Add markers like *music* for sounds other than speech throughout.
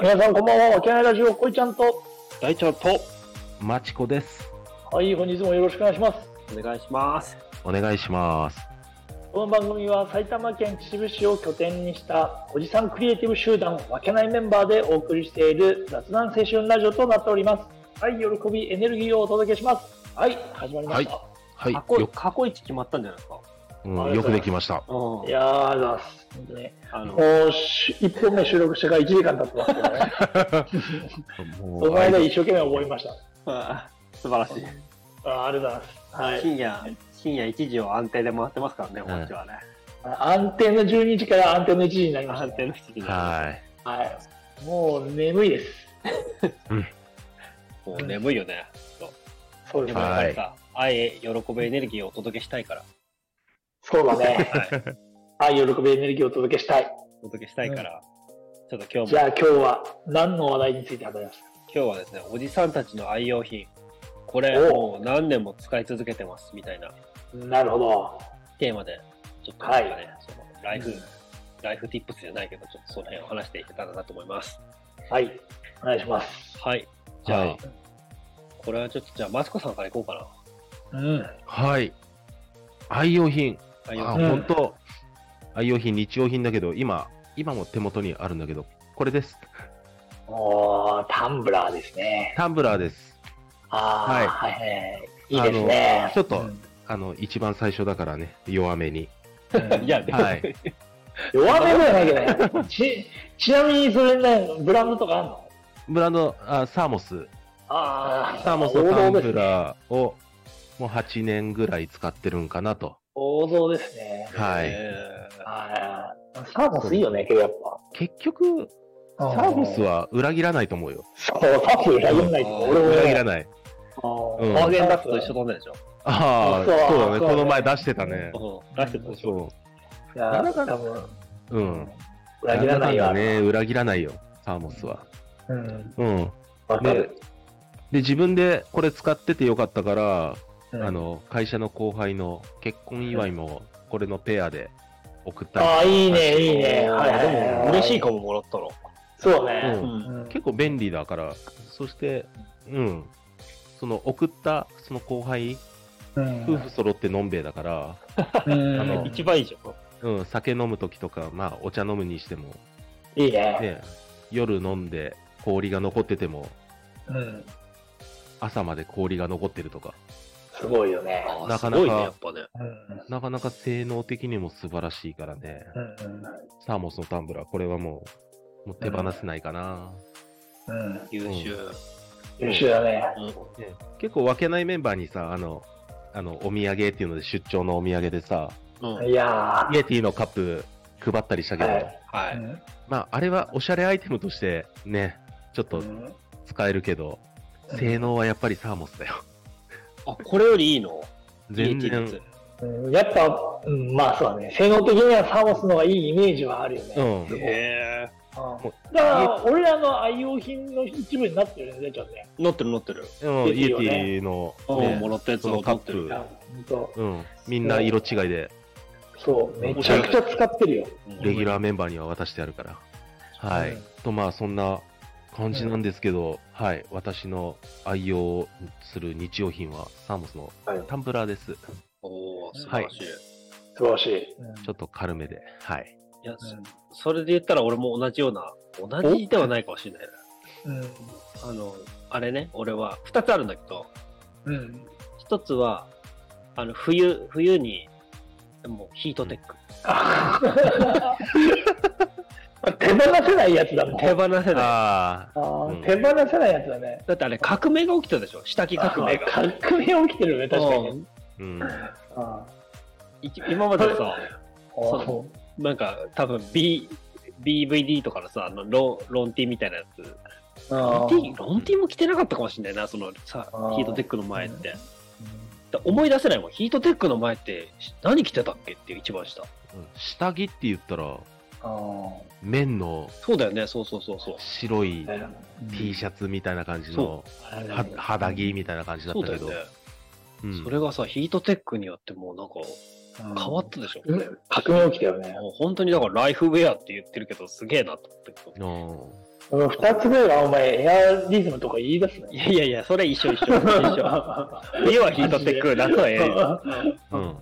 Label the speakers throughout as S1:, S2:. S1: 皆さんこんばんは、わけないラジオ、こいちゃんと。
S2: 大ちゃんと
S3: マチコです。
S1: はい、本日もよろしくお願いします。
S2: お願いします。
S3: お願いします。
S1: この番組は埼玉県秩父市を拠点にしたおじさんクリエイティブ集団わけないメンバーでお送りしている雑談青春ラジオとなっております。はい、喜び、エネルギーをお届けします。はい、始まりました。
S3: はい、
S2: 過去
S3: よ,、
S2: 過去一決まったんじゃないですか。
S3: うん、よくできました。
S2: うん
S1: い、。やー、ありがとうございます。本当に
S2: あの、 *laughs*
S1: もうし、1本目収録してから1時間経ってますけどね。
S3: も
S1: その間
S3: あり
S1: 一生懸命覚えました。
S2: あー素晴らしい。
S1: あーありがとうございます。はい。
S2: 深夜、深夜1時を安定で回ってますからね、こっちはね。
S1: 安定の12時から安定の1時になりました、
S2: 安
S1: ね。
S2: 定の7時
S3: はい。
S1: はい。もう眠いです。
S2: もう眠いよね。
S1: そうで
S2: ですも
S1: ね。
S2: やっ
S3: は
S2: ぱ
S3: い
S2: りさ、愛へ喜びエネルギーをお届けしたいから。
S1: そうだね。
S2: は
S1: 愛、
S2: い。
S1: 喜び、エネルギーをお届けしたい。
S2: お届けしたいから。ちょっと今日
S1: じ
S2: も、
S1: ゃあ今日は何の話題について話しますか
S2: 今日はですね、おじさんたちの愛用品。これ、
S1: お
S2: もう何年も使い続けてます、みたいな
S1: なるほど。
S2: テーマで、ちょっとなんかね、そのライフ、ライフティップスじゃないけど、ちょっとその辺を話していけたらなと思います。
S1: はい。お願いします。
S2: はい。じゃあ、
S3: はい
S2: これはちょっと、じゃあ、マツコさんからいこうかな。
S1: うん。
S3: はい。愛用品。
S2: あ
S3: あ、
S2: よ
S1: うん
S3: 本当。愛用品、日用品だけど、今、今も手元にあるんだけど、これです。
S1: おー、タンブラーですね。
S3: タンブラーです。
S1: あー、はい、はいはい。いいですね
S3: あの。ちょっと
S1: うん
S3: あの、一番最初だからね、弱めに。
S2: いや、でも、
S3: はい
S1: 弱めぐらいなきゃね。ち、ちなみにそれね、ブランドとかあんの
S3: ブランド、あサーモス。
S1: あー、
S3: サーモスのタンブ
S1: ー。
S3: ラーを、もう8年ぐらい使ってるんかなと。
S1: 王道ですね。
S3: はい。
S2: えー
S1: はい。サーモスいいよね、けどやっ
S3: 結局、
S1: ぱ。
S3: サーモス。は裏切らないと思うよ。
S1: そう、サーモス裏切んないと思う。俺も
S3: 裏切
S1: ね
S3: らない。
S1: あ
S3: う
S1: ー
S3: ん
S2: ハ
S1: ハ
S2: ー
S1: ー
S2: ゲ
S1: ゲ
S2: ン
S1: ン
S2: ダ
S1: ダ
S2: ッ
S1: ッ
S2: ツ
S1: ツと一
S2: と一
S1: 緒
S2: 緒と同じでしょ。
S3: ああ、そうだね。
S1: そう
S3: この前出してたね。
S2: うん、出してたでしょ。
S3: そ
S1: いや
S3: なか
S1: ー
S3: なか
S1: 多分
S3: う。うん。
S1: 裏切らないよ。
S3: んだかんだね。裏切らないよ。サーモスは。
S1: うん。
S3: うん。
S1: わかる。
S3: で、自分でこれ使っててよかったから、
S1: うん
S3: あの、会社の後輩の結婚祝いも、これのペアで送った
S1: ああ、いいね、いいね。
S2: あ
S1: はいはいはい
S2: でも、嬉しいかももらったの。
S1: そう
S3: り。
S1: ね。
S3: うん。
S1: うん
S3: 結構便利だから、そして、うん。その送ったその後輩、
S1: うん
S3: 夫婦揃ってのんべえだから、
S1: うん
S3: あの
S2: 一番いいじゃん。
S3: うん、酒飲むときとか、まあ、お茶飲むにしても、
S1: いいね。
S3: ね、夜飲んで氷が残ってても、
S1: うん。
S3: 朝まで氷が残ってるとか、
S1: すごいよね。
S2: あー
S3: なかなか
S2: すごいね、やっぱね。
S1: うん。
S3: なかなか性能的にも素晴らしいからね、
S1: うん
S3: サーモスのタンブラー、これはもう、もう手放せないかな。
S1: うん。うん。
S2: 優秀。
S1: 優秀だね。
S2: うん
S3: ね結構分けないメンバーにさ、あの、あの、お土産っていうので、出張のお土産でさ、
S2: うん。
S1: いや
S3: イエティのカップ配ったりしたけど、
S1: はい
S2: は
S1: ー
S2: い。
S3: まあ、あれはおしゃれアイテムとしてね、ちょっ
S1: う
S3: と
S1: ん。
S3: 使えるけど、
S1: うん
S3: 性能はやっぱりサーモスだよ。
S2: あ、これよりいいの
S3: 全
S2: 利益
S3: 然
S2: 率、
S1: うんやっぱ、うんまあそうだね。性能的にはサーモスの方がいいイメージはあるよね。
S3: うん
S1: でも
S2: へ
S1: うんだから、俺らの愛用品の一部になってるよね、ちょっとね。
S2: え。乗ってる乗ってる。
S3: うん、イ
S1: いい
S3: エテ
S1: よね
S3: ィの、
S2: うん、
S3: ね
S2: もらったやつ
S3: そ
S2: を
S3: のカ
S2: 乗
S3: ッ
S2: ってる
S3: プ
S1: い。やほんと
S3: うん、みんな色違いで、
S1: そう、めちゃくちゃ使ってるよ。
S3: レギュラー
S2: ー。
S3: メンバーには渡してあるから。はい。
S1: うん
S3: と、まあ、そんな感じなんですけど、はい。私の愛用する日用品は、サーモスの
S1: はい
S3: タンブラーです。ち
S2: おー、素晴らしい。
S1: 素晴らしい。
S3: ょっと軽めで。はい。
S2: いや、それで言ったら俺も同じような、同じではないかもしれないな。
S1: うん。
S2: あの、あれね、俺は2つあるんだけど、
S1: うん。
S2: 1つは、あの、冬、冬に、もうヒートテック。
S1: あ手放せないやつだもん。
S2: 手放せない。
S3: あ
S1: あー
S3: うん
S1: 手放せないやつだね。
S2: だってあれ、革命が起きたでしょ下着革命が。
S1: 革命起きてるね、確か
S2: う
S1: に。
S2: ん
S3: ーうん。
S1: あ
S2: い今までさ、
S1: ー
S2: そなんか多分 B、BVD とかのさ、あのロンロンティみたいなやつ。ロン
S1: あ
S2: テ
S1: ー
S2: ィロンティも着てなかったかもしれないな、そのさ
S1: あ、ー
S2: ヒートテックの前って。だ思い出せないもん。ヒートテックの前ってし何着てたっけっていう一番下。
S3: 下着って言ったら、
S1: あ
S3: 綿の
S2: そうだよね、そうそうそうそう。
S3: 白い
S1: ー
S3: T シャツみたいな感じ
S2: そ、
S3: のは肌着みたいな感じだ
S2: そ
S3: っ
S2: う
S3: た
S2: だ
S3: け
S2: よ
S3: ど
S2: ね。。
S3: うん
S2: それがさ、ヒートテックによってもうなんか、
S1: 変
S2: 変わったでしょ、
S1: 革命起きたよね。
S2: もう本当にだからライフウェアって言ってるけど、すげえなと思って。
S3: あ
S1: うん二つ目はお前、エアリズムとか言い出す
S2: い
S1: ね。
S2: やいやいや、それ一緒一緒。一 *laughs* 緒。冬はヒートテック、夏はエアリズム。
S3: ーうん。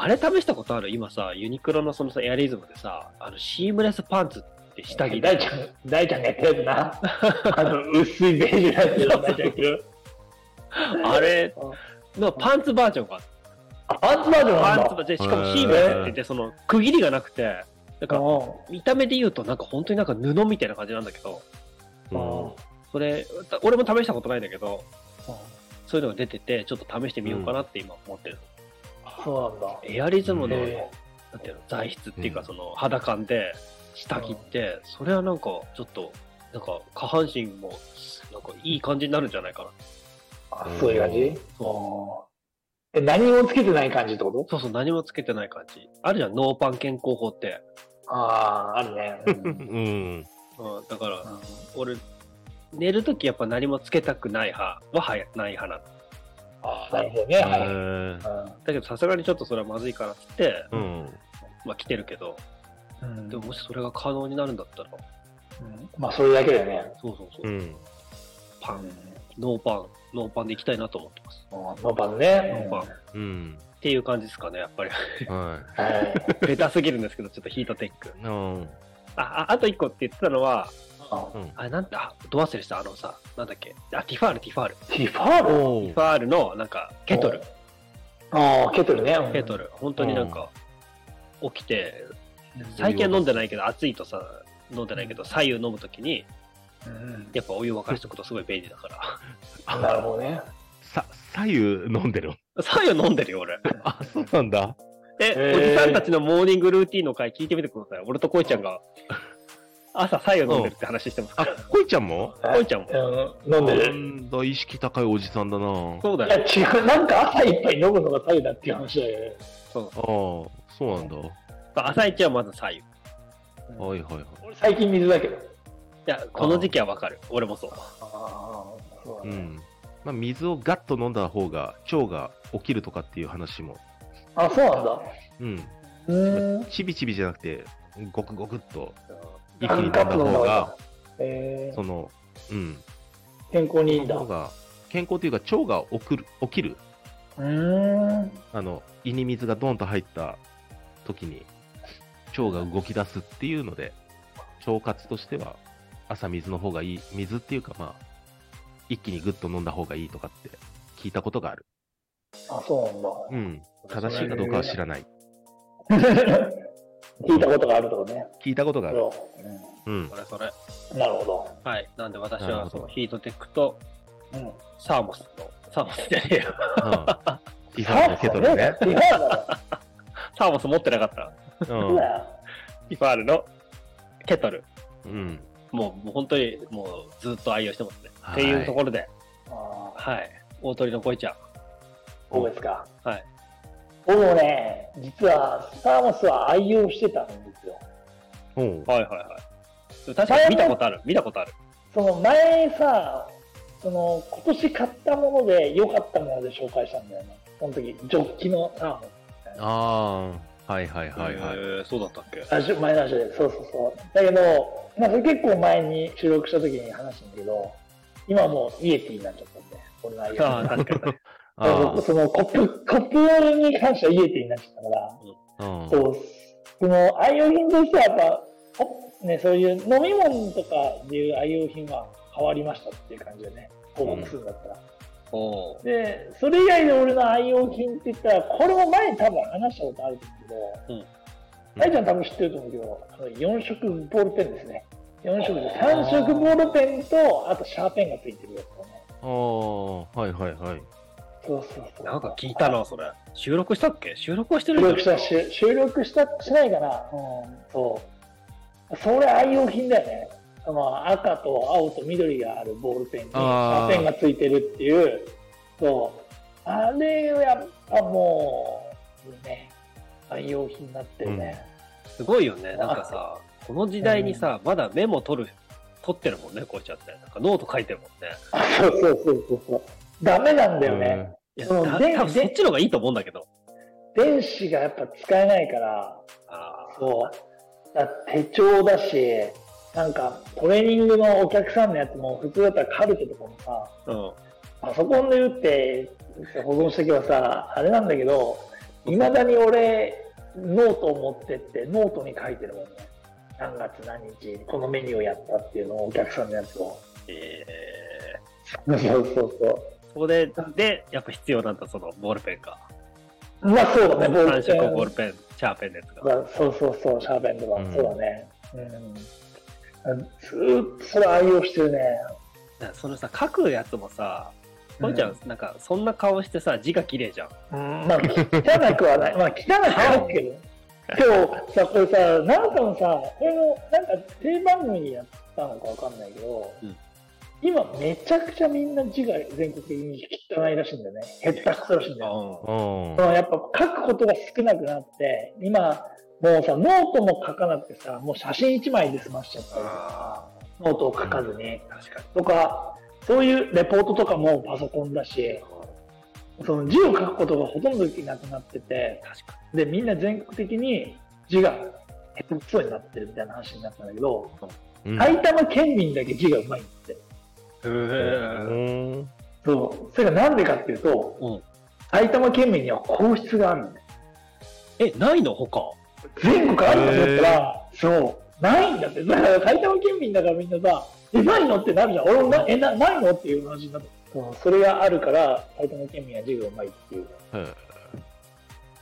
S2: あれ試したことある今さ、ユニクロのそのさエアリズムでさ、あのシームレスパンツって下着で
S1: 大ちゃん、大ちゃんがやったやつな。あの、薄いベージュのやつよ大ちゃん着る。
S2: あれのパンツバージョンがあって
S1: パンツバージョンな
S2: パ
S1: んだ
S2: ンツバージョンで、しかもシームレスって言って、その区切りがなくて、なんか見た目で言うとなんか本当になんか布みたいな感じなんだけど、
S1: うん
S2: それ、た俺も試したことないんだけど、そういうのが出てて、ちょっと試してみようかなって今思ってる。
S1: そうなんだ。
S2: エアリズムの、
S3: へ
S1: え
S2: なんていうの、材質っていう
S3: う
S2: か
S3: ん
S2: その肌感で、下着って、それはなんかちょっと、なんか下半身も、なんかいい感じになるんじゃないかな。
S1: あそういう感じ
S2: そ
S1: あーえ、何もつけてない感じってこと
S2: うそうそう、何もつけてない感じ。あるじゃん、ノーパン健康法って。
S1: ああー、あるね。うん
S3: うん。うん。
S2: うん、だから、
S1: うん
S2: 俺、寝るときやっぱ何もつけたくない派ははやない派なの。
S1: あーなるほどね。
S3: え
S1: はい
S3: ー
S2: だけどさすがにちょっとそれはまずいからってって、
S3: うん。
S2: まあ来てるけど、
S1: うんうん
S2: でももしそれが可能になるんだったら、
S1: うんまあ、それだけだよね。
S2: そうそうそう、
S3: うん。
S2: パン、ノーパン、ノーパンでいきたいなと思ってます。
S1: ノーパンね。
S2: ノーパン。
S3: うん。
S2: っていう感じですかね、やっぱり。
S3: は
S1: うんはい
S2: ベタすぎるんですけど、ちょっとヒートテック。
S3: い。うん。
S2: あ、ああと一個って言ってたのは、
S1: あ
S2: あれなんだ、ド忘れした、あのさ、なんだっけ、あ、ティファール、ティファール。
S1: ティファール
S3: お
S2: ティファールの、なんか、ケトル、
S1: ああ、ケトルね。
S2: ケト
S1: ル。
S2: ル。本当になんか、起きて、最近は飲んでないけど、暑いとさ、飲んでないけど、左右飲むときに、
S1: うん
S2: やっぱお湯沸かしておくとすごい便利だから。
S1: なるほどね。
S3: さ、左右飲んでる。
S2: 左右飲んでるよ、俺。
S3: あ、そうなんだ。
S2: え、
S1: へー
S2: おじさんたちのモーニングルーティンの回聞いてみてください。俺とこいちゃん *laughs* が、朝左右飲んでるって話してますか
S3: あ
S2: ら。、
S3: こいちゃんも
S2: こいちゃんも。
S1: うん、飲んで
S3: な
S1: る。
S3: んだ、意識高いおじさんだな。
S2: そうだ
S1: い
S2: よ
S1: や、。違う。なんか朝一杯飲むのが左右だっていう話だよね。
S2: そう
S3: ああ、そうなんだ。は
S2: 朝一はまず左右。い
S3: いはいはい。
S1: 俺最近水だけど。
S2: や、この時期はわかる。俺もそう。
S1: ああ、そう
S3: う
S1: だね。
S3: ん。まあ、水をガッと飲んだ方が腸が起きるとかっていう話も。
S1: あ、そうなんだ。
S3: うん。
S1: うーん。
S3: ちびちびじゃなくて、ごくごくっと一気に
S1: あ
S3: 飲ん
S1: ガ
S3: だ
S1: ッと飲んだ
S3: 方
S1: 方
S3: が
S1: が、え
S3: そ
S1: ー、
S3: の、うん。
S1: 健康にいいんだ。
S3: 方
S1: う
S3: が、健康というか腸が起きる、起きる。
S1: ーん。
S3: あの、胃に水がドンと入った時に、腸が動き出すっていうので、腸活としては、朝水の方がいい、水っていうかまあ、一気にグッと飲んだ方がいいとかって聞いたことがある。
S1: あ、そう
S3: う
S1: なんだ。
S3: ん。正しいかどうかは知らない。
S1: 聞いたことがあるとかね。
S3: 聞いたことがある。
S1: そう
S3: うん
S2: そ。れそれ。
S1: うん。なるほど。
S2: はい。なんで私
S3: なる
S2: は
S3: ほど
S2: そのヒートテックと
S1: うん。
S2: サーモスの、サーモスじゃねえよ。 *laughs*
S3: うんティファールのケトルね。
S1: ティファールだろ
S2: サーモス持ってなかった。
S1: そうだよ。
S2: ティファールのケトル。
S3: うん。うん。
S2: もう、もう本当に、もうずっと愛用してますね。っ
S3: は
S2: て
S3: い
S2: いうところで、
S1: ああ、
S2: はい。大鳥のこいちゃん。
S1: そうですか。
S2: はい。
S1: 僕もね、実はサーモスは愛用してたんですよ。
S3: おう
S2: はいはいはい。確かに見たことある。見たことある。
S1: その前さ、その今年買ったもので良かったもので紹介したんだよね。その時、ジョッキのサーモス。
S3: ああ、はいはいはいは
S2: へ
S3: い。
S2: ーそうだったっけ
S1: ラジオ前の話で、そうそうそう。だけど、まあ、それ結構前に収録した時に話したんだけど、今はもうイエティになっちゃったんで、俺の愛用
S2: ああ、確かに。
S3: あ
S1: そのコップ、コップ割りに関してはイエティになっちゃったから、
S3: あ、うん
S1: そう、その愛用品としてはやっぱ、おね、そういう飲み物とかでいう愛用品は変わりましたっていう感じでね、報告するんだったら。
S2: *laughs* おー
S1: で、それ以外で俺の愛用品って言ったら、これも前に多分話したことあるんですけど、
S3: うん
S1: 大ちゃん多分知ってると思うけど、あの4色ボールペンですね。4色で3色ボールペンと、あとシャーペンがついてるやつだね。
S3: ああ、はいはいはい。
S1: そうそうそう。
S2: なんか聞いたな、それ。収録したっけ収録はしてる
S1: 収
S2: ん
S1: 録
S2: だ
S1: したし、収録した、しないかな。うん、そう。それ愛用品だよね。その赤と青と緑があるボールペンに、シャ
S3: あー
S1: ーペンがついてるっていう。そう。あれはやっぱもう、ね、愛用品になってるね。
S2: すごいよね。なんかさ、この時代にさ、まだメモ取る、取ってるもんね、こうちゃって。なんかノート書いてるもんね。
S1: そうそうそうそうそう。ダメなんだよね。
S3: うん
S2: いや、
S1: うん
S2: だ
S1: で
S2: 多分そっちの方がいいと思うんだけど。
S1: 電子がやっぱ使えないから、
S2: あ
S1: そう。だ手帳だし、なんかトレーニングのお客さんのやつも普通だったらカルテとかもさ、
S2: あ、うん。
S1: パソコンで打って保存してけばさ、あれなんだけど、いまだに俺、ノートを持ってって、ノートに書いてるもんね。何月何日、このメニューをやったっていうのをお客さんのやつを。
S2: ええ
S1: そうそうそ
S2: そこで、で、やっぱ必要なんだ、そのボールペンが。
S1: う。まあそうだね、ボー
S2: 三
S1: ル
S2: 色
S1: ペン
S2: ボールペン、シャーペンのやつが。
S1: まあそうそうそう、シャーペンとか、
S3: うん
S1: そうだね。うん。ずーっとそれ愛用してるね。
S2: なそのさ、書くやつもさ、こうちゃん、なんか、そんな顔してさ、字が綺麗じゃん。
S1: うん、まあ、汚くはない。まあ、汚くはないけど。今日さ、これさ、なんかのさ、これも、なんか、定番組にやったのかわかんないけど、
S2: うん
S1: 今、めちゃくちゃみんな字が全国的に汚いらしいんだよね。減ったくそらしいんだよ。
S2: う
S3: うん
S1: そ。のやっぱ書くことが少なくなって、今、もうさ、ノートも書かなくてさ、もう写真一枚で済ましちゃったりとか、ノートを書かずに、
S2: ん。確かに。
S1: とか、そういうレポートとかもパソコンだし、その字を書くことがほとんどできなくなってて、
S2: 確か
S1: で、みんな全国的に字が下手くそになってるみたいな話になったんだけど、
S3: うん
S1: 埼玉県民だけ字がうまいんだって。
S2: に。
S3: う
S2: へえ。
S3: ん
S1: そう。それがなんでかっていうと、
S2: うん
S1: 埼玉県民には皇室があるんだよ
S2: え、ないの他。
S1: 全国あるのだったら、そう、ないんだって。だから埼玉県民だからみんなさ、え、ないのってなるじゃん。俺もな、え、なないのっていう話になる。そうそれがあるから、埼玉県民は授業うまいっていう。
S3: へ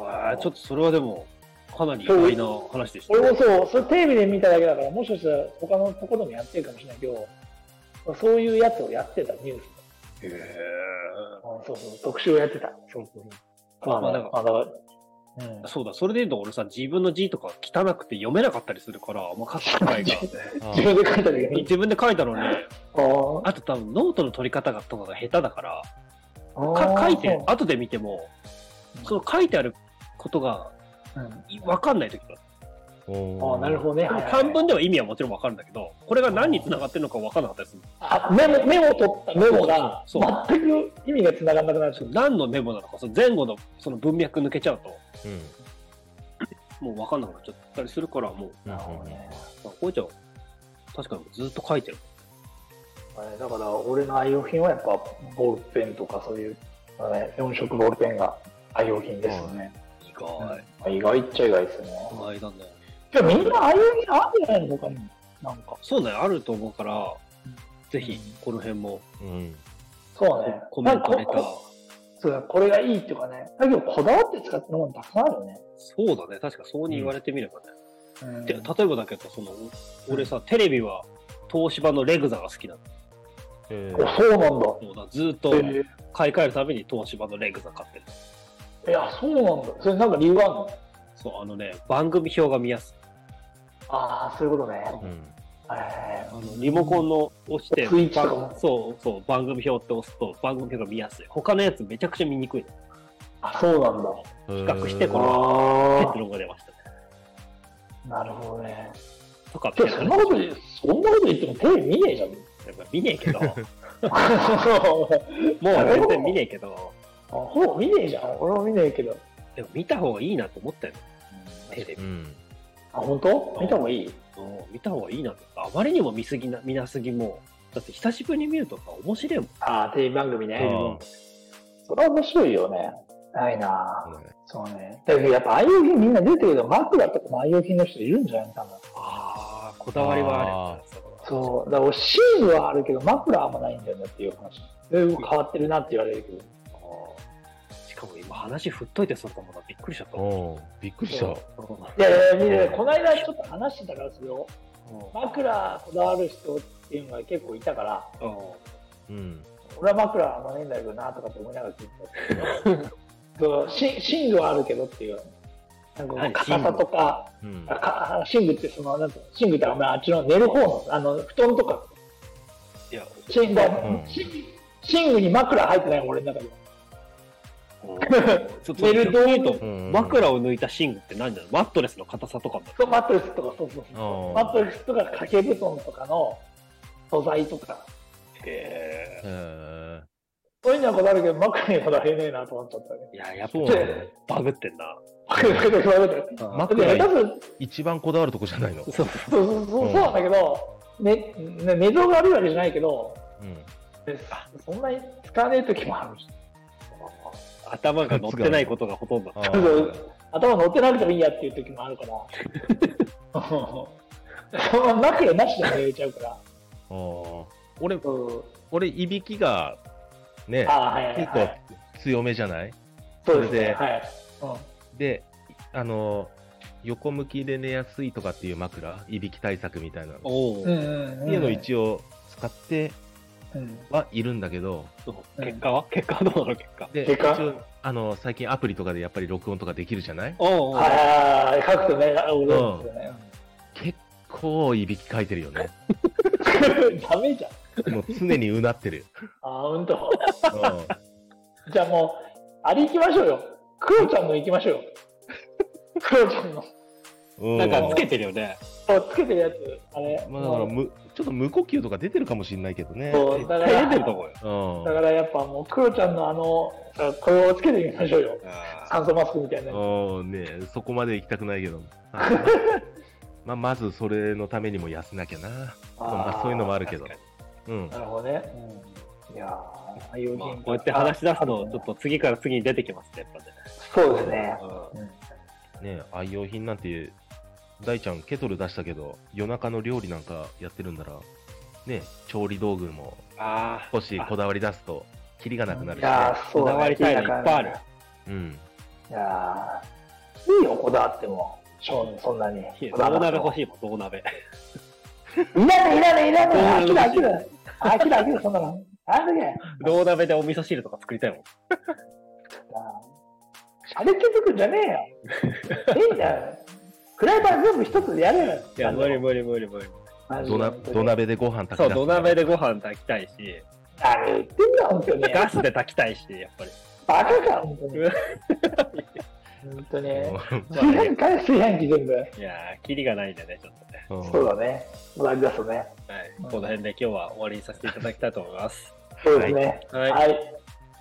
S2: ああ、ちょっとそれはでも、かなり意外な話でしたね。
S1: 俺もそう、それテレビで見ただけだから、もしかしたら他のところでもやってるかもしれないけど、そういうやつをやってた、ニュースで。
S2: へえ。
S1: うんそうそう、特集をやってた。そうそうそう。まあ、
S2: まあ
S1: だ
S2: だ
S1: か、
S2: から
S1: うん。
S2: そうだ、それで言うと俺さ、自分の字とか汚くて読めなかったりするから、あんま書く機
S1: *laughs*
S2: 会が。
S3: えあ
S1: 自分で書いた時に、
S2: 自分で書いたのに、
S1: *laughs* あー
S2: あと多分ノートの取り方がとかが下手だから、
S1: あ
S2: か
S1: ー、
S2: 書いて、後で見ても
S1: うん、
S2: その書いてあることが
S1: うん
S2: いわかんないときだ。
S1: あー、なるほどね。はいはいはい
S2: 漢文では意味はもちろんわかるんだけど、これが何に繋がってるのかわからなかったりする。
S1: あメモメモ取ったメモが
S2: そうそう
S1: 全く意味がつながんなくなっちゃう。
S2: 何のメモなのか、その前後のその文脈抜けちゃうと、
S3: ど。うん
S2: もうわかんなくなっちゃったりするから、もう、
S3: なるほどね。
S1: ね。
S2: まあこうちゃん、確かにずっと書いてる。
S1: だから俺の愛用品はやっぱボールペンとかそういう、ね、4色ボールペンが愛用品ですよね。
S2: 意外。
S1: まあ意外っちゃ意外ですね。
S2: 意外だね。
S1: じゃあみんな愛用品あるんじゃないの他にも。なんか。
S2: そうね、あると思うから
S1: うん、
S2: ぜひ、この辺も
S3: うん。
S1: そうね。
S2: コメント
S1: な
S2: レ
S1: ん
S2: タ
S1: か
S2: ー。
S1: こそうだこれがいいっていうかね。だけどこだわって使ってるものたくさんあるよね。
S2: そうだね、確かそうに言われてみればね。
S1: うん
S2: で例えばだけど、その、俺さ、テレビは東芝のレグザが好きなの。
S3: え
S1: おそうなんだ。
S2: もうだずっと
S1: え
S2: 買い替えるために東芝のレグザ買ってる。
S1: ーいや、そうなんだ。それなんか理由があるの
S2: そう、あのね、番組表が見やすい。
S1: ああ、そういうことね。
S3: うん
S1: はいはい
S2: あ
S1: はい
S2: のリモコンの押して、
S1: スイッチとかも
S2: そうそう、番組表って押すと番組表が見やすい。他のやつめちゃくちゃ見にくいの。
S1: あ、そうなんだ。
S3: 比
S2: 較してこれ
S1: あ
S2: 結論が出ましたね。
S1: あ、なるほどね。
S2: とかって
S1: そ
S2: やつね
S1: んなこと、そんなこと言ってもテレビ見ねえじゃ *laughs* ん。
S2: やっぱ見ねえけど、もう
S1: あ
S2: 全然見ねえけど、
S1: ほぼ見ねえじゃん。俺も見ねえけど。
S2: でも見た方がいいなと思ったよ、テレビ
S3: う。ん。
S1: あ、本当？見た方がいい。
S2: うん見た方がいいなと。あまりにも見すぎな、見なすぎも。だって久しぶりに見るとさ、面白いもん。
S1: ああ、テレビ番組
S3: あ
S1: ね
S3: ー
S1: それは面白いよね。ないなぁ。
S3: ね
S1: そうね。だけどやっぱ愛用品みんな出てるけど、枕とかも愛用品の人いるんじゃない多分。
S2: ああ、こだわりはある
S1: そう。だから俺シールはあるけど、枕はあんまないんだよねっていう話。だいぶ変わってるなって言われるけど。
S2: しかも今話振っといてそうかもな。びっくりしちゃった。
S3: おーびっくりした。
S1: いやいやいやいや、この間ちょっと話してたからそれを。枕こだわる人っていうのが結構いたから、
S3: うん。
S1: 俺は枕あんまねえんだけどなとかって思いながら聞いてたそうし寝具はあるけどっていう。なんか
S2: 何
S1: 硬さとか、
S3: うん。
S1: あかあ寝具ってその、なんていうの寝具ってあんまあっちの寝る方の、あの、布団とか、
S2: いや、
S1: 寝具、
S3: ん
S1: 寝寝具に枕入ってない俺の中で
S3: *laughs*
S2: ちょっと
S1: 寝る道具
S2: と、
S3: うん
S2: 枕を抜いた寝具って何だろうマットレスの硬さとかも。
S1: そうマットレスとか、そうそうそう。
S3: あ
S1: マットレスとか掛け布団とかの素材とか。
S2: へ
S3: ーへ
S1: 俺にはこだわるけど、マックにはこだわれねえなと思っちゃったね。
S2: いや、やっ
S3: そうなんだ
S2: ぱ
S3: よ
S2: バグってんな。
S1: マックにはこだわれてる。
S3: マック
S1: で、下
S3: が
S1: 手する
S3: 一番こだわるとこじゃないの。
S2: そう。
S1: そうそうそう
S3: う
S1: そ
S3: ん
S1: うなんだけど、ね、ね、寝相が悪いわけじゃないけど、
S3: うん。
S1: そんなに使わねえ時もあるし、
S2: 頭が乗ってないことがほとんど
S3: あ。
S1: そうそ
S3: ー
S1: う頭乗ってなくてもいいやっていう時もあるから。その枕なしで寝れちゃうから。
S3: あー俺、
S1: うん、
S3: 俺、いびきが、ね、
S1: ああ、はいはい、
S3: 結
S1: はい。
S3: 構強めじゃない
S1: そうです
S3: それで
S1: ね。はい。うん、
S3: で、あの、横向きで寝やすいとかっていう枕、いびき対策みたいなの。っ
S2: おお、
S1: うんうん、うん。
S3: ていうのを一応使って
S1: うん。
S3: はいるんだけど、
S2: そう結果は結果はどうなの結果。
S3: で、
S1: で
S3: 一
S1: か
S3: 応、あの、最近アプリとかでやっぱり録音とかできるじゃない
S2: おうおう
S1: はいはいはい。書くとね、あうどんですよね。
S3: 結構いびきかいてるよね。
S1: ダメじゃん。
S3: もう常にうなって
S2: *laughs*
S3: る。
S1: ああ、うんと。
S3: うん
S1: じゃあもう、あれ行きましょうよ。クロちゃんの行きましょうよ。クロちゃんの。
S3: う
S2: なんかつけてるよね。
S1: そうつけてるやつ、あれ。
S3: まあ、だから
S1: もう
S3: む、ちょっと無呼吸とか出てるかもしれないけどね。
S1: そう
S2: 絶
S1: だか
S2: 対出てると
S1: ら、
S2: 思うよ。
S3: うん
S1: だからやっぱもう、クロちゃんのあの、さこれをつけてみましょうよ。酸素マスクみたいなや
S3: うんねえそこまで行きたくない
S2: *laughs*
S3: けど。あまあ、まずそれのためにも痩せなきゃな。
S1: つ。
S3: まあ、そういうのもあるけど
S2: 確。
S3: うん
S1: な。るほどね。うん、いやー、ああいう
S2: まあ、
S1: 人
S2: こうやって話し出すと、ちょっと次から次に出てきますね、やっ
S1: そうですね
S2: ぱ。ね。
S3: ねえ愛用品なんて、大ちゃんケトル出したけど、夜中の料理なんかやってるんだら、ねえ調理道具も
S2: ああ、
S3: 少しこだわり出すと、キリがなくなる
S1: い
S3: し、ね
S1: やー、そうだ、ね、
S2: こだわりたいのいっぱいある
S3: うん。
S1: いやー、いいよ、こだわっても。ショーン、そんなに。
S2: いや
S1: こだ
S2: どう
S1: わ
S2: な
S1: って
S2: る
S1: も
S2: 欲しいもん、どうなべ。
S1: いらない、いらない、いらない。飽
S2: ど
S1: き
S2: う
S1: る、
S2: なる
S1: 飽きる。飽きる、飽きる、そんなの。あるね。
S2: どうなべでお味噌汁とか作りたいもん。
S1: あれ気づくんじゃねえよ。いいじゃん。フライパン全部一つでやれる。
S2: いや、無理無理無理無理。
S1: マジで
S3: 土な土。鍋でご飯炊き出す
S2: そう、土鍋でご飯炊きたいし、
S1: あれ言ってんだ、本当に。
S2: ガスで炊きたいし、やっぱり。
S1: バカか、本当に
S2: うわ。
S1: 本当に。
S3: *laughs* うん
S1: 炊飯器か炊飯器全部。
S2: いやー、キリがないんでね、ちょっとね。
S3: うん
S1: そうだね。同じだとね。
S2: はい、
S1: うん
S2: この辺で今日は終わりにさせていただきたいと思います。
S1: そうですね。
S2: はい、は、
S1: はいい。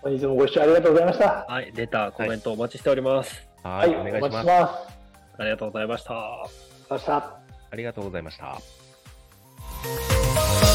S1: 本日もご視聴ありがとうございました。
S2: レター、コメントお待ちしております。
S3: は、
S1: はいい、
S3: お
S1: お
S3: 願いし
S1: 待ち
S3: ま
S1: し
S3: す。
S1: ます。
S2: ありがとうございました。
S1: ありがとうございました。
S3: ありがとうございました。